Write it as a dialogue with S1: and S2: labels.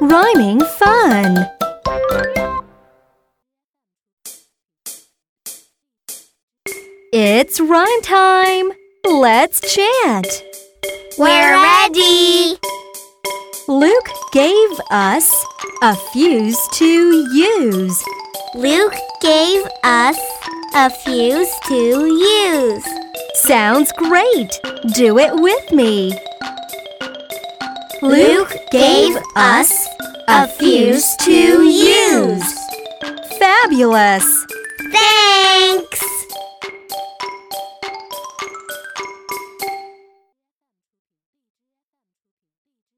S1: Rhyming fun! It's rhyme time! Let's chant!
S2: We're ready.
S1: Luke gave us a fuse to use.
S2: Luke gave us a fuse to use.
S1: Sounds great! Do it with me!
S2: Luke gave us a fuse to use.
S1: Fabulous!